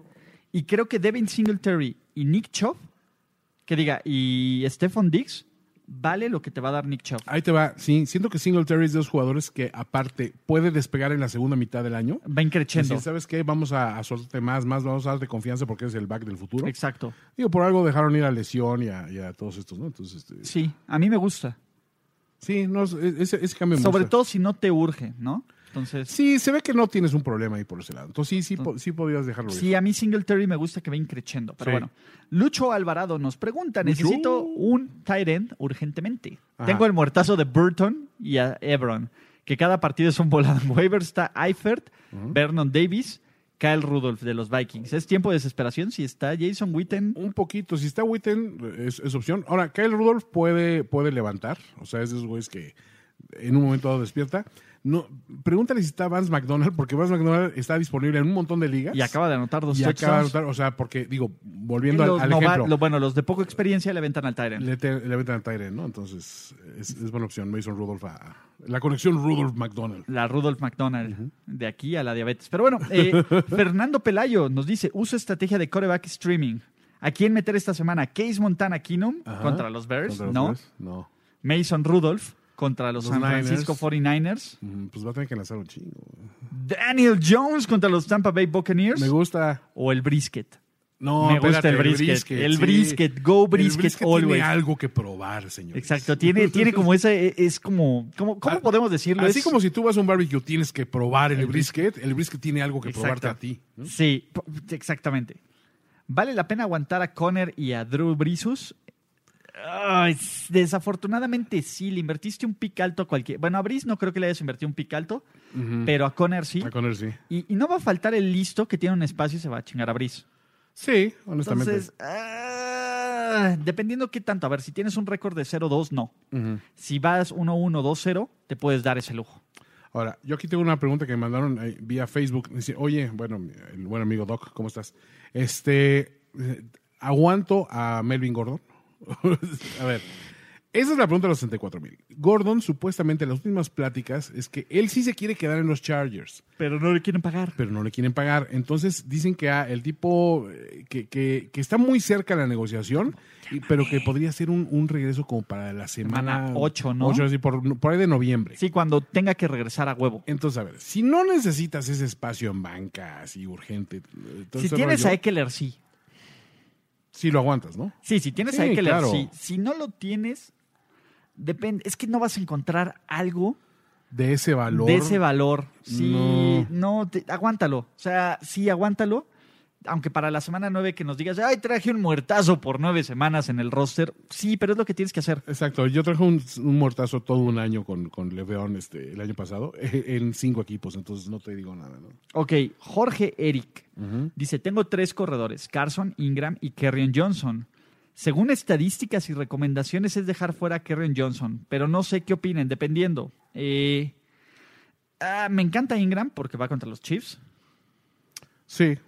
Speaker 3: Y creo que Devin Singletary y Nick Chubb, que diga, y Stephon Diggs, vale lo que te va a dar Nick Chubb.
Speaker 2: Ahí te va. Sí, siento que Singletary es de los jugadores que, aparte, puede despegar en la segunda mitad del año.
Speaker 3: Va increchendo.
Speaker 2: Decir, ¿sabes qué? Vamos a, a soltarte más, más, vamos a darte confianza porque eres el back del futuro.
Speaker 3: Exacto.
Speaker 2: Digo, por algo dejaron ir a lesión y a, y a todos estos, ¿no? Entonces, este, sí,
Speaker 3: Sí, a mí me gusta.
Speaker 2: no, es- ese, ese cambio me
Speaker 3: Sobre
Speaker 2: gusta.
Speaker 3: todo si no te urge, ¿no? Entonces.
Speaker 2: Sí, se ve que no tienes un problema ahí por ese lado. Entonces, sí, sí, po- sí podías dejarlo ir.
Speaker 3: Sí, a mí Singletary me gusta que va increchendo. Pero
Speaker 2: Sí.
Speaker 3: bueno, Lucho Alvarado nos pregunta:
Speaker 2: Lucho.
Speaker 3: Necesito un tight end urgentemente.
Speaker 2: Ajá.
Speaker 3: Tengo el muertazo de Burton y a Ebron, que cada partido es un volado en waivers. Está Eifert, Vernon Davis, Kyle Rudolph de los Vikings. Es tiempo de desesperación si está Jason Witten.
Speaker 2: Un poquito. Si está Witten, es, es opción. Ahora, Kyle Rudolph puede, puede levantar. O sea, es de esos güeyes que en un momento dado despierta. No, pregúntale si está Vance McDonald, porque Vance McDonald está disponible en un montón de ligas.
Speaker 3: Y acaba de anotar dos
Speaker 2: Y acaba de
Speaker 3: touchdowns.
Speaker 2: anotar, o sea, porque, digo,
Speaker 3: Y
Speaker 2: volviendo al,
Speaker 3: Los
Speaker 2: al
Speaker 3: nova-
Speaker 2: ejemplo.
Speaker 3: lo- bueno, los de poco experiencia le aventan al tight end.
Speaker 2: Le, te- le meten al Tyren, ¿no? Entonces, es, es buena opción. Mason Rudolph a- a- La conexión Rudolph-McDonald.
Speaker 3: La Rudolph McDonald, de aquí a la diabetes. Pero bueno, eh, Fernando Pelayo nos dice, uso estrategia de coreback streaming. ¿A quién meter esta semana? Case Montana Keenum
Speaker 2: Ajá.
Speaker 3: contra los Bears,
Speaker 2: ¿Contra los
Speaker 3: ¿no?
Speaker 2: Bears? No.
Speaker 3: Mason Rudolph contra los,
Speaker 2: Los
Speaker 3: San
Speaker 2: Niners.
Speaker 3: Francisco 49ers.
Speaker 2: Mm, Pues va a tener que lanzar un chingo.
Speaker 3: Daniel Jones contra los Tampa Bay Buccaneers.
Speaker 2: Me gusta.
Speaker 3: o el brisket.
Speaker 2: No,
Speaker 3: Me gusta
Speaker 2: espérate,
Speaker 3: el brisket. El brisket, go brisket
Speaker 2: el brisket
Speaker 3: always.
Speaker 2: Tiene algo que probar, señor.
Speaker 3: Exacto, tiene, tiene como ese, es como, ¿cómo, cómo
Speaker 2: Ah,
Speaker 3: podemos decirlo?
Speaker 2: Así
Speaker 3: Es-
Speaker 2: como si tú vas a un barbecue tienes que probar el, brisket, el brisket tiene algo que
Speaker 3: Exacto.
Speaker 2: probarte a ti. ¿no?
Speaker 3: Sí, po- exactamente. ¿Vale la pena aguantar a Conner y a Drew Brisus? Ay, s- desafortunadamente sí, le invertiste un pick alto a cualquier. Bueno, a Brice no creo que le hayas invertido un pick alto, pero a Conner sí.
Speaker 2: A Conner sí.
Speaker 3: Y, y no va a faltar el listo que tiene un espacio y se va a chingar a Brice.
Speaker 2: Sí, honestamente.
Speaker 3: Entonces, ah, dependiendo qué tanto. A ver, si tienes un récord de 0-2, no. Si vas 1-1, 2-0, te puedes dar ese lujo.
Speaker 2: Ahora, yo aquí tengo una pregunta que me mandaron eh, vía Facebook. Dice, oye, bueno, mi- el buen amigo Doc, ¿cómo estás? Este, eh, ¿aguanto a Melvin Gordon? a ver, esa es la pregunta de los 64 mil. Gordon, supuestamente, en las últimas pláticas es que él sí se quiere quedar en los Chargers,
Speaker 3: Pero no le quieren pagar.
Speaker 2: pero no le quieren pagar. Entonces dicen que ah, el tipo eh, que, que- que está muy cerca de la negociación, y- pero que podría ser un, un regreso como para la semana,
Speaker 3: Semana ocho, ¿no?
Speaker 2: ocho, así, por, por ahí de noviembre.
Speaker 3: Sí, cuando tenga que regresar a huevo.
Speaker 2: Entonces, a ver, si no necesitas ese espacio en banca así urgente, eh, todo
Speaker 3: Si
Speaker 2: ese
Speaker 3: tienes
Speaker 2: rollo,
Speaker 3: a Eckler, sí.
Speaker 2: sí lo aguantas, ¿no?
Speaker 3: Sí, si tienes
Speaker 2: Sí,
Speaker 3: a Eckler,
Speaker 2: claro.
Speaker 3: sí. Si no lo tienes, depende. Es que no vas a encontrar algo
Speaker 2: De ese valor.
Speaker 3: de ese valor. Sí,
Speaker 2: No.
Speaker 3: no, te- aguántalo. O sea, sí, aguántalo. Aunque para la semana 9 que nos digas, ay, traje un muertazo por nueve semanas en el roster. Sí, pero es lo que tienes que hacer.
Speaker 2: Exacto, yo traje un, un mortazo todo un año con, con Leveón este, el año pasado eh, en cinco equipos, entonces no te digo nada, ¿no?
Speaker 3: Ok, Jorge Eric dice: Tengo tres corredores, Carson, Ingram y Kerrion Johnson. Según estadísticas y recomendaciones, es dejar fuera a Kerrion Johnson, pero no sé qué opinen, dependiendo. Eh, ah, me encanta Ingram porque va contra los Chiefs.
Speaker 2: Sí,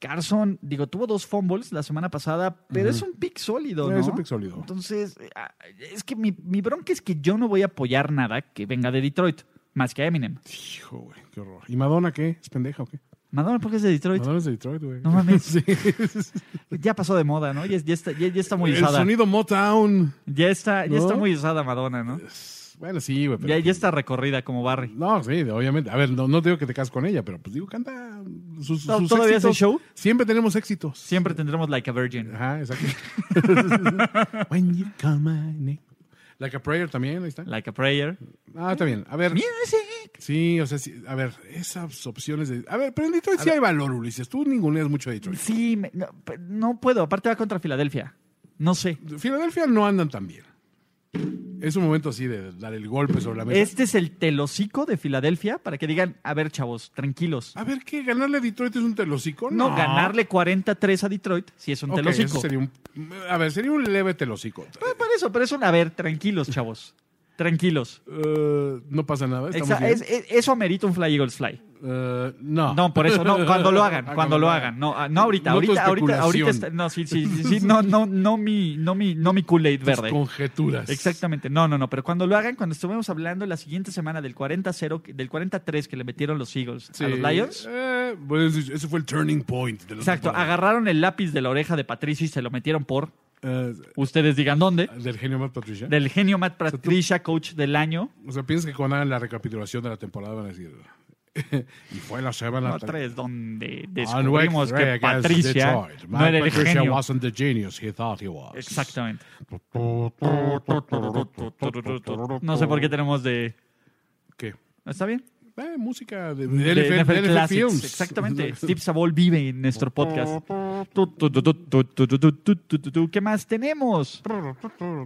Speaker 3: Carson, digo, tuvo dos fumbles la semana pasada, pero es un pick sólido, ¿no?
Speaker 2: Es un pick sólido.
Speaker 3: Entonces, eh, ah, es que mi, mi bronca es que yo no voy a apoyar nada que venga de Detroit, más que a Eminem.
Speaker 2: hijo, güey, qué horror. ¿Y Madonna qué? ¿Es pendeja o qué?
Speaker 3: Madonna, ¿por qué es de Detroit?
Speaker 2: Madonna es de Detroit, güey.
Speaker 3: No mames.
Speaker 2: Sí.
Speaker 3: Ya pasó de moda, ¿no? Ya, es- ya está, ya, ya está muy
Speaker 2: El
Speaker 3: usada.
Speaker 2: sonido Motown.
Speaker 3: Ya está, ya está
Speaker 2: ¿No?
Speaker 3: muy usada Madonna, ¿no?
Speaker 2: Bueno, sí, güey. pero-
Speaker 3: Ya, ya está recorrida como Barry.
Speaker 2: No, sí, obviamente. A ver, no, no digo que te cases con ella, pero pues digo, canta sus,
Speaker 3: No,
Speaker 2: sus
Speaker 3: ¿todavía hace
Speaker 2: éxitos.
Speaker 3: show?
Speaker 2: Siempre tenemos éxitos.
Speaker 3: Siempre tendremos Like a Virgin.
Speaker 2: Ajá, exacto. When you call my name. Like a Prayer también, ahí está.
Speaker 3: Like a Prayer.
Speaker 2: Ah, está bien. A ver,
Speaker 3: Music.
Speaker 2: sí, o sea, sí, a ver, esas opciones de... A ver, pero en Detroit sí hay valor, Ulises. Tú ninguneas mucho a Detroit.
Speaker 3: Sí, me- no, pe- no puedo. Aparte va contra Filadelfia. No sé.
Speaker 2: Filadelfia no andan tan bien. Es un momento así de dar el golpe sobre la mesa.
Speaker 3: Este es el telocico de Filadelfia para que digan, a ver, chavos, tranquilos.
Speaker 2: A ver, ¿qué? ¿Ganarle a Detroit es un telocico?
Speaker 3: No, ganarle 43 a Detroit si es un
Speaker 2: Ok, eso
Speaker 3: telocico.
Speaker 2: sería un- a ver, sería un leve telocico.
Speaker 3: Ah, Por eso, pero es un, a ver, tranquilos, chavos. Tranquilos.
Speaker 2: Eh, no pasa nada. estamos
Speaker 3: Exa-
Speaker 2: bien.
Speaker 3: es- es- eso amerita un Fly Eagles Fly.
Speaker 2: Eh, no.
Speaker 3: No, por eso no, cuando lo hagan,
Speaker 2: Ah,
Speaker 3: cuando lo hagan. No, ah, no ahorita,
Speaker 2: No tu
Speaker 3: ahorita, ahorita,
Speaker 2: especulación.
Speaker 3: ahorita está- no, sí, sí, sí, sí, no, no, no mi, no mi, no mi Kool-Aid
Speaker 2: Tus
Speaker 3: verde.
Speaker 2: Conjeturas.
Speaker 3: Exactamente, no, no, no, pero cuando lo hagan, cuando estuvimos hablando la siguiente semana del 40-0, que- del 43 que le metieron los Eagles
Speaker 2: Sí.
Speaker 3: a los Lions.
Speaker 2: Eh, pues, ese fue el turning point. de la
Speaker 3: Exacto,
Speaker 2: temporada.
Speaker 3: agarraron el lápiz de la oreja de Patricio y se lo metieron por,
Speaker 2: Eh,
Speaker 3: ustedes digan dónde,
Speaker 2: del genio Matt Patricia.
Speaker 3: del genio Matt Patricia, coach del año.
Speaker 2: O sea, piensas que cuando hagan la recapitulación de la temporada van a decir. y fue la semana. Ah,
Speaker 3: No, tres, donde
Speaker 2: On week
Speaker 3: descubrimos
Speaker 2: three
Speaker 3: que
Speaker 2: against
Speaker 3: Patricia
Speaker 2: Detroit.
Speaker 3: no
Speaker 2: Matt
Speaker 3: era el
Speaker 2: Patricia
Speaker 3: genio.
Speaker 2: wasn't the genius he thought he was.
Speaker 3: Exactamente. No sé por qué tenemos de.
Speaker 2: ¿Qué?
Speaker 3: ¿Está bien?
Speaker 2: Eh, música de,
Speaker 3: De
Speaker 2: de NFL,
Speaker 3: NFL
Speaker 2: de NFL
Speaker 3: Classics,
Speaker 2: Films.
Speaker 3: Exactamente. Steve Sabol vive en nuestro podcast. ¿Qué más tenemos?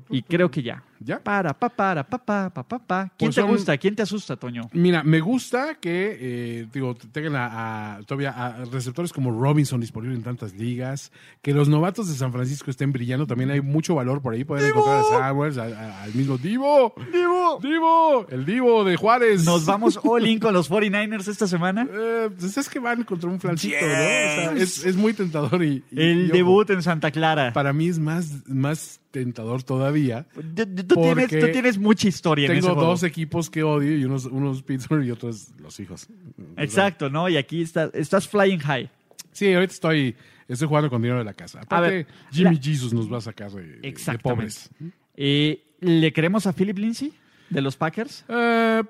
Speaker 3: Y creo que ya.
Speaker 2: ¿Ya?
Speaker 3: Para, pa, para, pa, pa, pa, pa, pa. ¿Quién
Speaker 2: Pues
Speaker 3: te
Speaker 2: son-
Speaker 3: gusta? ¿Quién te asusta, Toño?
Speaker 2: Mira, me gusta que, eh, digo, tengan a, a- todavía a receptores como Robinson disponible en tantas ligas, que los novatos de San Francisco estén brillando, también hay mucho valor por ahí, pueden encontrar a Sowers, a- a- al mismo Divo. Divo. Divo, el Divo de Juárez.
Speaker 3: Nos vamos all in con los 49ers esta semana.
Speaker 2: Eh, pues es que van contra un flancito, ¿no? O sea, es, es muy tentador y... y- y
Speaker 3: El
Speaker 2: ojo,
Speaker 3: debut en Santa Clara.
Speaker 2: Para mí es más, más tentador todavía.
Speaker 3: Tú- Tú tú
Speaker 2: Porque
Speaker 3: tienes, tú tienes mucha historia en ese
Speaker 2: Tengo
Speaker 3: juego.
Speaker 2: dos equipos que odio y unos, unos Pittsburgh y otros los hijos.
Speaker 3: Exacto, ¿no? Y aquí está- estás flying high.
Speaker 2: Sí, ahorita estoy, estoy jugando con dinero de la casa. Aparte,
Speaker 3: ver,
Speaker 2: Jimmy
Speaker 3: la-
Speaker 2: Jesus nos va a sacar de, de- de
Speaker 3: Exactamente.
Speaker 2: pobres.
Speaker 3: Eh, ¿Le creemos a Philip Lindsay de los Packers?
Speaker 2: Eh,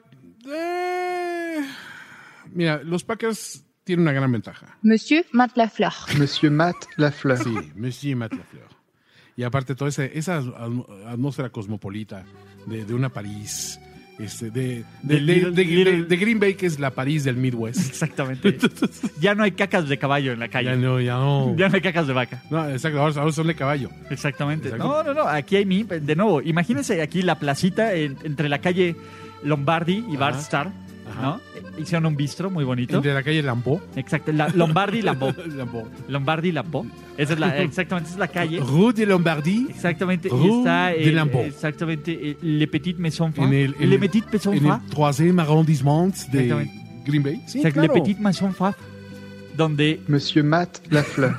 Speaker 2: eh, mira, los Packers tienen una gran ventaja.
Speaker 8: Monsieur Matt Lafleur.
Speaker 5: Monsieur Matt Lafleur.
Speaker 2: Sí, Messi y Matt LaFleur. Y aparte, toda esa, esa atm- atmósfera cosmopolita de, de una París, este, de, de-
Speaker 3: Del
Speaker 2: de-
Speaker 3: Little-
Speaker 2: de-
Speaker 3: Little-
Speaker 2: de- de Green Bay, que es la París del Midwest.
Speaker 3: Exactamente. ya no hay cacas de caballo en la calle.
Speaker 2: ya
Speaker 3: Ya no,
Speaker 2: no, ya no.
Speaker 3: hay cacas de vaca.
Speaker 2: No, exacto, ahora, ahora son de caballo.
Speaker 3: Exactamente.
Speaker 2: Exacto.
Speaker 3: No, no, no. Aquí hay mi. De nuevo, imagínense aquí la placita en- entre la calle Lombardi y Bar
Speaker 2: Ajá.
Speaker 3: Star.
Speaker 2: Ajá.
Speaker 3: ¿no? Hicieron un bistro muy bonito.
Speaker 2: De la calle Lampo.
Speaker 3: Exacto. La- Lombardi y Lambo.
Speaker 2: Lampo.
Speaker 3: Lombardi y Lambo. Esa es la, exactamente, esa es la calle.
Speaker 2: Rue de Lombardie.
Speaker 3: Exactamente.
Speaker 2: Rue
Speaker 3: y está
Speaker 2: Oh. de
Speaker 3: el-
Speaker 2: Lambeau.
Speaker 3: Exactamente. el- Le Petit Maison Fa.
Speaker 2: En el- en
Speaker 3: Le
Speaker 2: el-
Speaker 3: Petit Maison
Speaker 2: en
Speaker 3: Fa.
Speaker 2: el troisième arrondissement de
Speaker 3: Exactamente.
Speaker 2: Green Bay. Sí,
Speaker 3: O sea,
Speaker 2: claro.
Speaker 3: Le Petit Maison Fa. Donde
Speaker 5: Monsieur Matt Lafleur.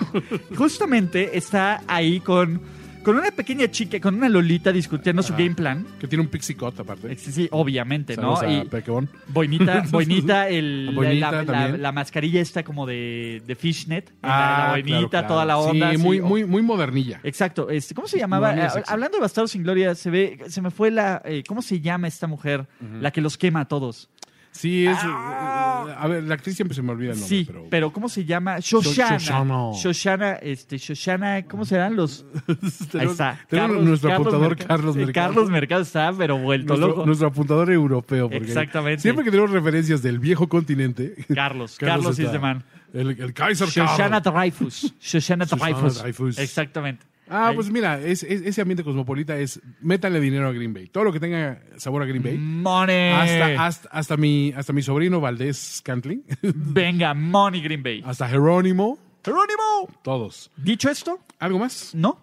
Speaker 3: justamente está ahí con, con una pequeña chica, con una lolita discutiendo su
Speaker 2: Ajá.
Speaker 3: game plan.
Speaker 2: Que tiene un pixie cut aparte.
Speaker 3: Sí, sí, obviamente,
Speaker 2: Saludos
Speaker 3: Este, ¿no?
Speaker 2: a
Speaker 3: Y
Speaker 2: Pequebón.
Speaker 3: boinita, boinita, el, la-
Speaker 2: Boinita
Speaker 3: la, la-
Speaker 2: también.
Speaker 3: la mascarilla está como de, de fishnet, la- la,
Speaker 2: Ah,
Speaker 3: boinita,
Speaker 2: claro, claro.
Speaker 3: toda la onda.
Speaker 2: Sí,
Speaker 3: así,
Speaker 2: muy,
Speaker 3: o-
Speaker 2: muy, muy modernilla.
Speaker 3: Exacto. Este, ¿Cómo se llamaba?
Speaker 2: Modernilla
Speaker 3: Ah,
Speaker 2: sexy.
Speaker 3: Hablando de Bastardos sin Gloria, se ve, se me fue la, eh, ¿cómo se llama esta mujer? La que los quema a todos.
Speaker 2: Sí, es. eh, A ver, la actriz siempre se me olvida el nombre.
Speaker 3: ¡Ah! sí, pero, ¿cómo se llama? Shoshana.
Speaker 2: Shoshana.
Speaker 3: Shoshana, este, Shoshana, ¿cómo serán los? Ahí
Speaker 2: Tenemos-
Speaker 3: está.
Speaker 2: tenemos nuestro apuntador
Speaker 3: Mercado.
Speaker 2: Carlos
Speaker 3: Eh,
Speaker 2: Mercado.
Speaker 3: Carlos Mercado está, pero vuelto
Speaker 2: Nuestro,
Speaker 3: loco.
Speaker 2: nuestro apuntador europeo. Porque
Speaker 3: Exactamente.
Speaker 2: Siempre que tenemos referencias del viejo continente.
Speaker 3: Carlos, Carlos
Speaker 2: está-
Speaker 3: is the man.
Speaker 2: El, el Kaiser
Speaker 3: Shoshana
Speaker 2: Carl.
Speaker 3: Dreyfus. Shoshana
Speaker 2: Shoshana
Speaker 3: Dreyfus.
Speaker 2: Dreyfus.
Speaker 3: Exactamente.
Speaker 2: Ah,
Speaker 3: Ahí.
Speaker 2: pues mira, es- es- ese ambiente cosmopolita es métale dinero a Green Bay. Todo lo que tenga sabor a Green Bay.
Speaker 3: Money.
Speaker 2: Hasta, hasta, hasta, mi, hasta mi sobrino Valdés Cantling,
Speaker 3: Venga, Money Green Bay.
Speaker 2: hasta Jerónimo,
Speaker 3: Jerónimo.
Speaker 2: todos.
Speaker 3: Dicho esto,
Speaker 2: ¿Algo más?
Speaker 3: ¿no?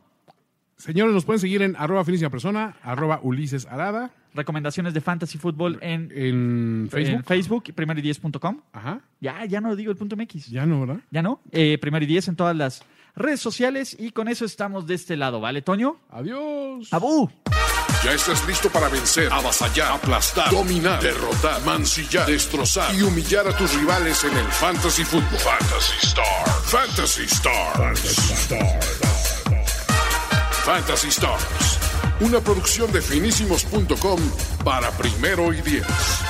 Speaker 2: Señores, nos pueden seguir en arroba finísima persona, arroba Ulises Arada,
Speaker 3: Recomendaciones de fantasy fútbol en,
Speaker 2: en Eh, Facebook.
Speaker 3: en Facebook, primero y 10.com.
Speaker 2: Ajá.
Speaker 3: Ya, ya no digo el punto MX.
Speaker 2: Ya no, ¿verdad?
Speaker 3: Ya no. Eh, primero y 10 en todas las redes sociales y con eso estamos de este lado, ¿vale, Toño?
Speaker 2: Adiós.
Speaker 3: ¡Abu!
Speaker 1: Ya estás listo para vencer, avasallar, aplastar, dominar, derrotar, mancillar, destrozar y humillar a tus rivales en el Fantasy Football. Fantasy Star. Fantasy Star. Fantasy Star. Fantasy Stars. Una producción de finísimos.com para primero y diez.